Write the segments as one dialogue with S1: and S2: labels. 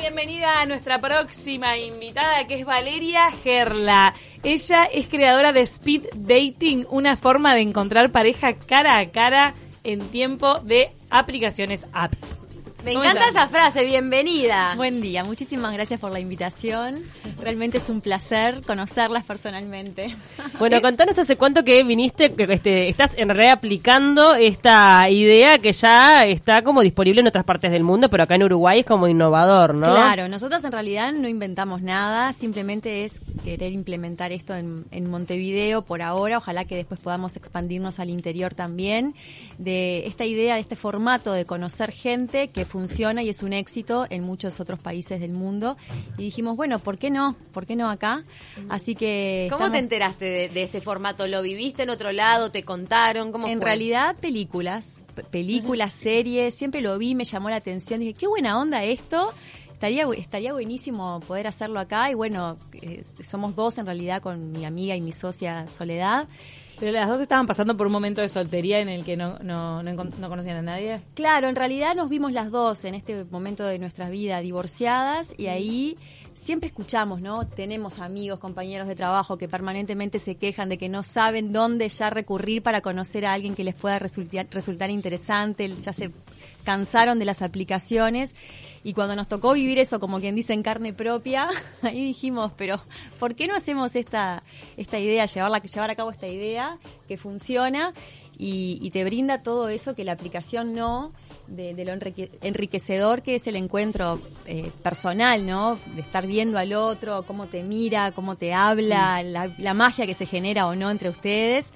S1: bienvenida a nuestra próxima invitada, que es Valeria Gerla. Ella es creadora de Speed Dating, una forma de encontrar pareja cara a cara en tiempo de aplicaciones apps.
S2: Me
S1: ¿Cómo
S2: encanta
S1: están?
S2: esa frase, bienvenida.
S3: Buen día, muchísimas gracias por la invitación. Realmente es un placer conocerlas personalmente.
S2: Eh,
S4: Bueno, contanos hace cuánto que viniste, que este, estás en realidad aplicando esta idea que ya está como disponible en otras partes del mundo, pero acá en Uruguay es como innovador, ¿no?
S3: Claro, nosotros en realidad no inventamos nada, simplemente es querer implementar esto en, en Montevideo por ahora, ojalá que después podamos expandirnos al interior también, de esta idea, de este formato de conocer gente que funciona y es un éxito en muchos otros países del mundo. Y dijimos, bueno, ¿por qué no? ¿Por qué no acá? Así que...
S2: ¿Cómo te
S3: estamos-
S2: enteraste de, de este formato? ¿Lo viviste en otro lado? ¿Te contaron? ¿Cómo
S3: en
S2: fue?
S3: realidad, películas. P- Películas, series, siempre lo vi, me llamó la atención. Dije, qué buena onda esto. Estaría, bu- estaría buenísimo poder hacerlo acá. Y bueno, eh, somos dos en realidad con mi amiga y mi socia Soledad.
S1: Pero las dos estaban pasando por un momento de soltería en el que no, no, no, encon- no conocían a nadie.
S3: Claro, en realidad nos vimos las dos en este momento de nuestra vida divorciadas y ahí siempre escuchamos, ¿no? Tenemos amigos, compañeros de trabajo que permanentemente se quejan de que no saben dónde ya recurrir para conocer a alguien que les pueda resultar, resultar interesante, ya se cansaron de las aplicaciones y cuando nos tocó vivir eso, como quien dice, en carne propia, ahí dijimos, pero ¿por qué no hacemos esta, esta idea, llevarla, llevar a cabo esta idea que funciona? y, y te brinda todo eso que la aplicación no, de, de lo enrique- enriquecedor que es el encuentro eh, personal, ¿no? De estar viendo al otro, cómo te mira, cómo te habla, la, la magia que se genera o no entre ustedes.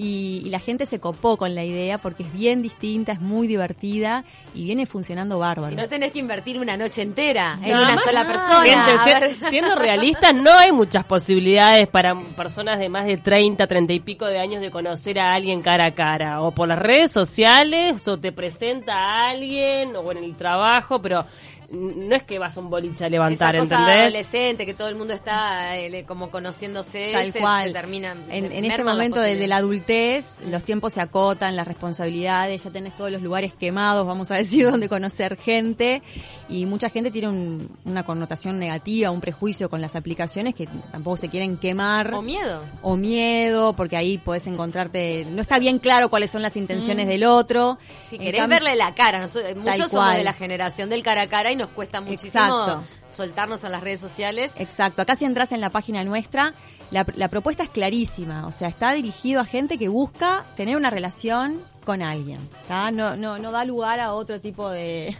S3: Y, y la gente se copó con la idea porque es bien distinta, es muy divertida y viene funcionando bárbaro.
S2: Y no tenés que invertir una noche entera en
S1: Nada
S2: una
S1: más.
S2: sola persona.
S4: Gente,
S2: A
S4: si-
S2: ver.
S4: siendo realistas, no hay muchas posibilidades para m- personas de más de 30, 30 y pico de años de conocer a alguien cara a cara, o por las redes sociales, o te presenta a alguien, o en el trabajo, pero n- no es que vas a un boliche a levantar,
S2: Esa cosa
S4: ¿entendés?
S2: adolescente que todo el mundo está eh, le- como conociéndose
S3: Tal
S2: se-
S3: cual.
S2: se termina
S3: en,
S2: se
S3: en este
S2: merman las
S3: momento de, de la
S2: posibilidades. Mm.
S3: adultez, los tiempos se acotan, las responsabilidades, ya tenés todos los lugares quemados, vamos a decir, donde conocer gente. Y mucha gente tiene un- una connotación negativa, un prejuicio con las aplicaciones que tampoco se quieren quemar
S2: o miedo
S3: o miedo, porque ahí podés encontrarte, no está bien claro cuáles son las intenciones del otro.
S2: Mm. si
S3: En
S2: querés
S3: cam-
S2: verle la cara nosotros, muchos somos
S3: cual.
S2: de la generación del cara a cara y nos cuesta muchísimo
S3: Exacto.
S2: soltarnos en las redes sociales
S3: Exacto, acá si entras en la página nuestra, la, la propuesta es clarísima, o sea, está dirigido a gente que busca tener una relación con alguien, ¿tá? No, no, no da lugar a otro tipo de...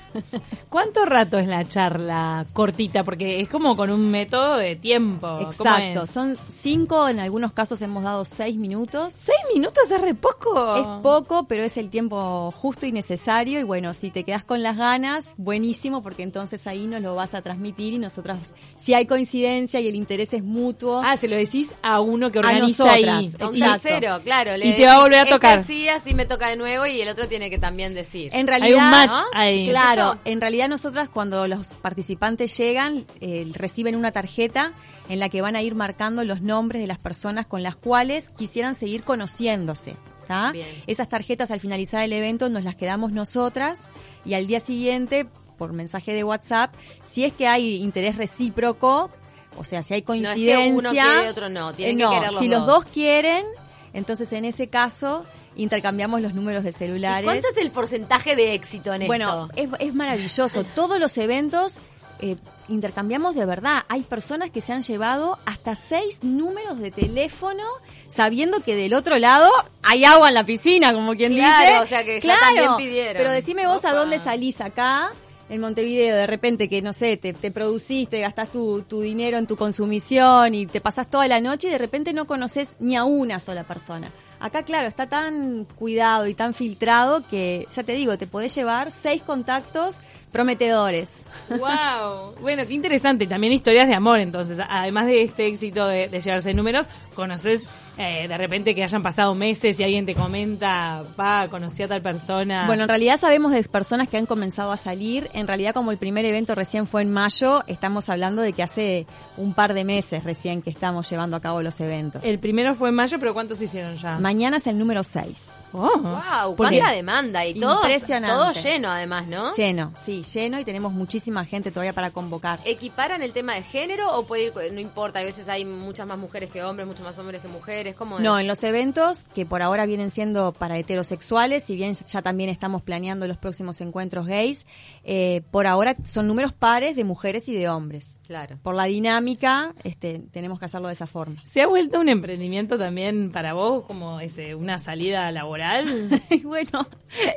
S1: ¿Cuánto rato es la charla cortita? Porque es como con un método de tiempo. ¿Cómo
S3: Exacto,
S1: es?
S3: son cinco, en algunos casos hemos dado seis minutos.
S1: ¿Seis minutos es re poco?
S3: Es poco, pero es el tiempo justo y necesario. Y bueno, si te quedas con las ganas, buenísimo, porque entonces ahí nos lo vas a transmitir y nosotras, si hay coincidencia y el interés es mutuo,
S1: Ah, se lo decís a uno que
S3: A
S1: organiza
S3: nosotras.
S1: ahí.
S2: a un
S3: Exacto.
S2: tercero claro
S1: Y te va a volver a
S2: este
S1: tocar.
S2: sí así me toca de nuevo y el otro tiene que también decir
S3: En
S1: Hay
S3: realidad,
S1: un match
S2: ¿no?
S1: ahí.
S3: Claro, en realidad nosotras cuando los participantes llegan eh, reciben una tarjeta en la que van a ir marcando los nombres de las personas con las cuales quisieran seguir conociéndose. ¿tá?
S2: Bien.
S3: Esas tarjetas al finalizar el evento nos las quedamos nosotras y al día siguiente por mensaje de WhatsApp, si es que hay interés recíproco, o sea, si hay
S2: No es
S3: coincidencia,
S2: que uno quiere y otro no, tienen
S3: eh,
S2: que
S3: no,
S2: querer los
S3: si los
S2: dos.
S3: dos quieren, entonces en ese caso intercambiamos los números de
S2: ¿Y
S3: celulares.
S2: ¿Cuánto es el porcentaje de éxito en
S3: Bueno, eh,
S2: esto?
S3: es, es maravilloso. Todos los eventos eh, intercambiamos de verdad. Hay personas que se han llevado hasta seis números de teléfono sabiendo que del otro lado hay agua en la piscina, como quien
S2: Claro,
S3: dice.
S2: o sea que ya también pidieron.
S3: Pero decime vos a
S2: Opa.
S3: dónde salís acá. En Montevideo, de repente que no sé, te, te produciste, gastás tu, tu dinero en tu consumición y te pasás toda la noche y de repente no conoces ni a una sola persona. Acá, claro, está tan cuidado y tan filtrado que, ya te digo, te podés llevar seis contactos prometedores.
S1: Wow. Bueno, qué interesante. También historias de amor, entonces. Además de este éxito de, de llevarse números, conoces eh, de repente que hayan pasado meses y alguien te comenta, va, conocí a tal
S2: Ah.
S1: persona.
S3: Bueno, en realidad sabemos de personas que han comenzado a salir. En realidad, como el primer evento recién fue en mayo, estamos hablando de que hace un par de meses recién que estamos llevando a cabo los eventos.
S1: el primero fue en mayo, pero ¿cuántos hicieron ya?
S3: Mañana es el número seis.
S1: Oh.
S2: ¡Wow!
S1: Porque-
S2: ¡Cuánta demanda! Y todo,
S3: Impresionante.
S2: todo lleno, además, ¿no?
S3: Lleno, sí, lleno y tenemos muchísima gente todavía para convocar.
S2: ¿Equiparan el tema de género o puede ir, cu- no importa, a veces hay muchas más mujeres que hombres, muchos más hombres que mujeres, ¿cómo es?
S3: No, en los eventos que por ahora vienen siendo para heterosexuales, si bien ya también estamos planeando los próximos encuentros gays, eh, por ahora son números pares de mujeres y de hombres.
S2: Claro.
S3: Por la dinámica, este, tenemos que hacerlo de esa forma.
S1: ¿Se ha vuelto un emprendimiento también para vos, como ese, una salida laboral?
S3: Y bueno,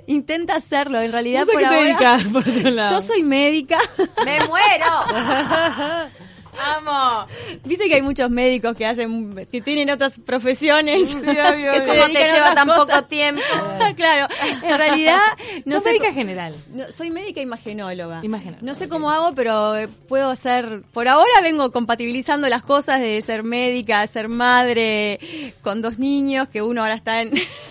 S3: intenta hacerlo. En realidad,
S1: No sé
S3: por
S1: qué te
S3: ahora,
S1: dedicas, por otro lado.
S3: yo soy médica.
S2: ¡Me muero!
S1: ¡Amo!
S3: Viste que hay muchos médicos que hacen, que tienen otras profesiones.
S1: Sí, obvio,
S3: que se
S1: obvio.
S2: ¿Cómo
S3: dedican a
S2: te lleva
S3: otras
S2: tan
S3: cosas.
S2: poco tiempo?
S3: claro, en realidad no
S1: Sos
S3: sé
S1: médica
S3: co-
S1: general.
S3: no, soy médica imagenóloga.
S1: Imagenóloga,
S3: No sé
S1: ok.
S3: cómo hago, pero eh, puedo hacer. Por ahora vengo compatibilizando las cosas de ser médica, ser madre, con dos niños, que uno ahora está en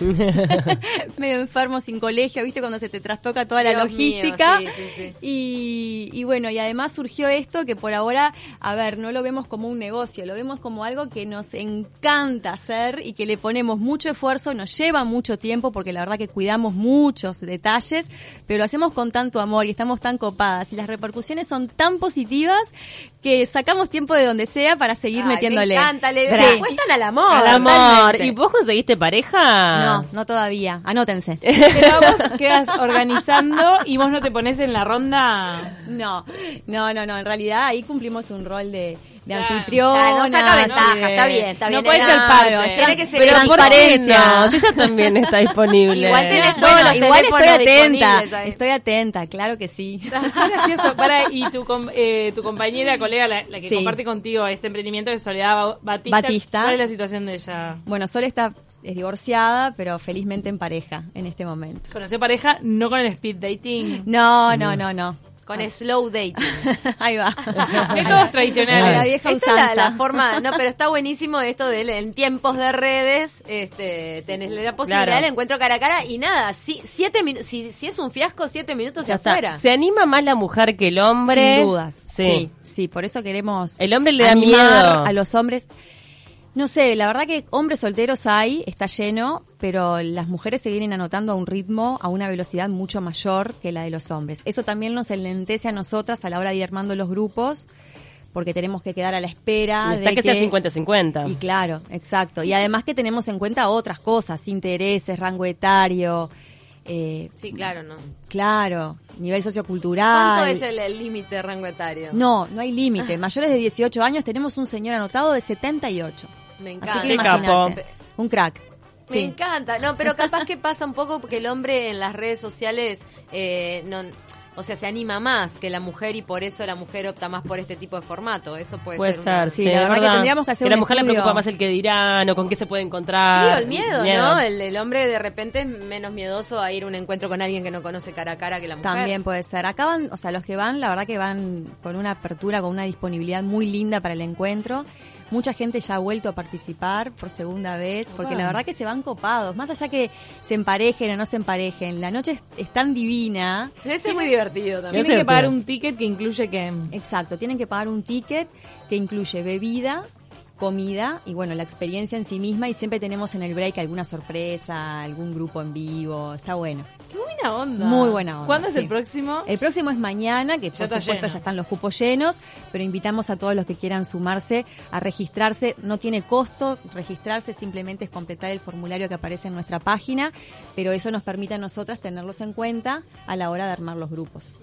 S3: medio enfermo, sin colegio, ¿viste? Cuando se te trastoca toda la
S2: Dios
S3: logística.
S2: mío, sí, sí, sí.
S3: Y, y bueno, y además surgió esto que por ahora, a ver, no lo vemos como un negocio, lo vemos como algo que nos encanta hacer y que le ponemos mucho esfuerzo, nos lleva mucho tiempo porque la verdad que cuidamos muchos detalles, pero lo hacemos con tanto amor y estamos tan copadas y las repercusiones son tan positivas que sacamos tiempo de donde sea para seguir
S2: Ay,
S3: metiéndole.
S2: Me encanta, le
S3: Sí.
S2: le apuestan al amor.
S4: Al amor.
S3: totalmente.
S4: ¿Y vos conseguiste pareja?
S3: No, no todavía. Anótense.
S1: Pero vos quedas organizando y vos no te pones en la ronda.
S3: No, no, no, no. En realidad ahí cumplimos un rol de, de
S1: Claro.
S3: anfitriona.
S2: Ah, no saca ventaja,
S3: de-
S2: está bien, está
S1: No
S2: bien.
S1: puede ser
S2: Claro,
S1: padre.
S2: Tiene que ser
S4: Pero ¿por qué
S3: Transparencia.
S4: no? Si ella también está disponible.
S2: Igual tenés
S3: Bueno,
S2: todos los
S3: igual estoy
S2: teléfonos
S3: atenta,
S2: disponibles ahí.
S3: estoy atenta, claro que sí.
S1: Qué gracioso. Para, y tu, com- eh, tu compañera, colega, la, la que
S3: Sí.
S1: comparte contigo este emprendimiento de Soledad Ba- Batista.
S3: Batista.
S1: ¿Cuál es la situación de ella?
S3: Bueno, Sol está es divorciada, pero felizmente en pareja en este momento.
S1: Conoció pareja, no con el speed dating.
S3: No, no, no, no.
S2: Con slow dating.
S3: Ahí va.
S1: Métodos
S3: A la
S1: tradicionales.
S2: Esta
S3: vieja
S2: es la,
S3: usanza.
S2: la forma, no, pero está buenísimo esto de en tiempos de redes, este, tenés la posibilidad
S4: Claro.
S2: del encuentro cara a cara y nada, si, siete minu- si, si es un fiasco, siete minutos
S4: Ya
S2: ya
S4: está.
S2: afuera.
S4: Se anima más la mujer que el hombre.
S3: Sin dudas.
S4: Sí.
S3: Sí. sí, por eso queremos.
S4: El hombre le da
S3: animar
S4: miedo.
S3: A los hombres. No sé, la verdad que hombres solteros hay, está lleno, pero las mujeres se vienen anotando a un ritmo, a una velocidad mucho mayor que la de los hombres. Eso también nos enlentece a nosotras a la hora de ir armando los grupos, porque tenemos que quedar a la espera. de
S4: Está Ah, que sea 50-50.
S3: Y claro, exacto. Y además que tenemos en cuenta otras cosas, intereses, rango etario, eh,
S2: Sí, claro, no.
S3: claro, nivel sociocultural.
S2: ¿Cuánto es el- el límite de rango etario?
S3: No, no hay límite. Mayores de 18 años tenemos un señor anotado de 78.
S2: Me
S3: Así
S2: encanta.
S3: que
S4: Qué capo.
S3: imagínate. Un crack.
S2: Me
S3: Sí.
S2: encanta. No, pero capaz que pasa un poco porque el hombre en las redes sociales eh, no, o sea, se anima más que la mujer y por eso la mujer opta más por este tipo de formato. Eso puede,
S4: Puede
S2: ser.
S4: ser,
S2: una-
S3: Sí, la
S4: es
S3: verdad que tendríamos que hacer
S4: la
S3: un
S4: mujer le
S3: estudio.
S4: preocupa más el que dirán o con qué se puede
S2: Sí,
S4: encontrar.
S2: o el miedo, ¿no? El, el hombre de repente es menos miedoso a ir a un encuentro con alguien que no conoce cara a cara que la mujer.
S3: También puede ser. Acá van, o sea, los que van, la verdad que van con una apertura, con una disponibilidad muy linda para el encuentro. Mucha gente ya ha vuelto a participar por segunda vez, porque la verdad que se van copados. Más allá que se emparejen o no se emparejen, la noche es, es tan divina.
S2: Ese es muy divertido también.
S1: Tienen que
S4: Gracias,
S1: pagar
S4: Pilar.
S1: un ticket que incluye que.
S3: Exacto, tienen que pagar un ticket que incluye bebida, comida y bueno, la experiencia en sí misma y siempre tenemos en el break alguna sorpresa, algún grupo en vivo, está bueno.
S1: Qué buena onda.
S3: Muy buena onda,
S1: ¿Cuándo es
S3: sí. Eh,
S1: el próximo?
S3: El próximo es mañana, que
S1: Ya
S3: por
S1: está
S3: supuesto
S1: lleno.
S3: ya están los cupos llenos, pero invitamos a todos los que quieran sumarse a registrarse. No tiene costo registrarse, simplemente es completar el formulario que aparece en nuestra página, pero eso nos permite a nosotras tenerlos en cuenta a la hora de armar los grupos.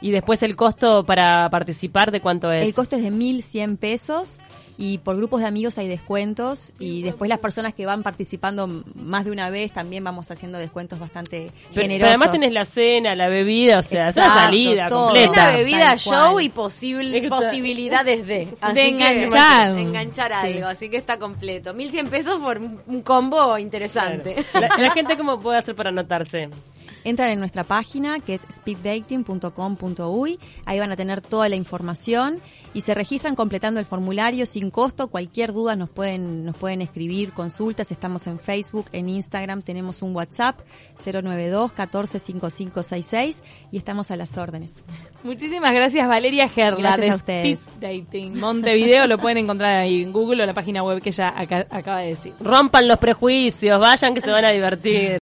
S4: Y después el costo para participar, ¿de cuánto es?
S3: El costo es de 1.100 pesos y por grupos de amigos hay descuentos y después las personas que van participando m- más de una vez también vamos haciendo descuentos bastante
S4: Pero- pero
S3: generosos.
S4: además tenés la cena, la bebida, o sea, es una
S3: Exacto,
S4: salida
S3: todo.
S2: Una
S4: completa.
S3: Cena,
S2: bebida,
S3: Tal cual.
S2: show y posible,
S4: Exacto.
S2: posibilidades de. Así que-
S1: enganchar.
S2: de enganchar algo, así que está completo. 1100 pesos por un un combo interesante.
S4: Claro. La, la gente cómo puede hacer para anotarse.
S3: Entran en nuestra página que es speeddating.com.uy, ahí van a tener toda la información y se registran completando el formulario sin costo, cualquier duda nos pueden, nos pueden escribir, consultas, estamos en Facebook, en Instagram, tenemos un WhatsApp 092 14 5566 y estamos a las órdenes.
S1: Muchísimas gracias Valeria Gerla
S3: Gracias a
S1: de Speed
S3: ustedes.
S1: Dating Montevideo. Lo pueden encontrar ahí en Google o la página web que ella aca- acaba de decir.
S4: Rompan los prejuicios, vayan que se van a divertir.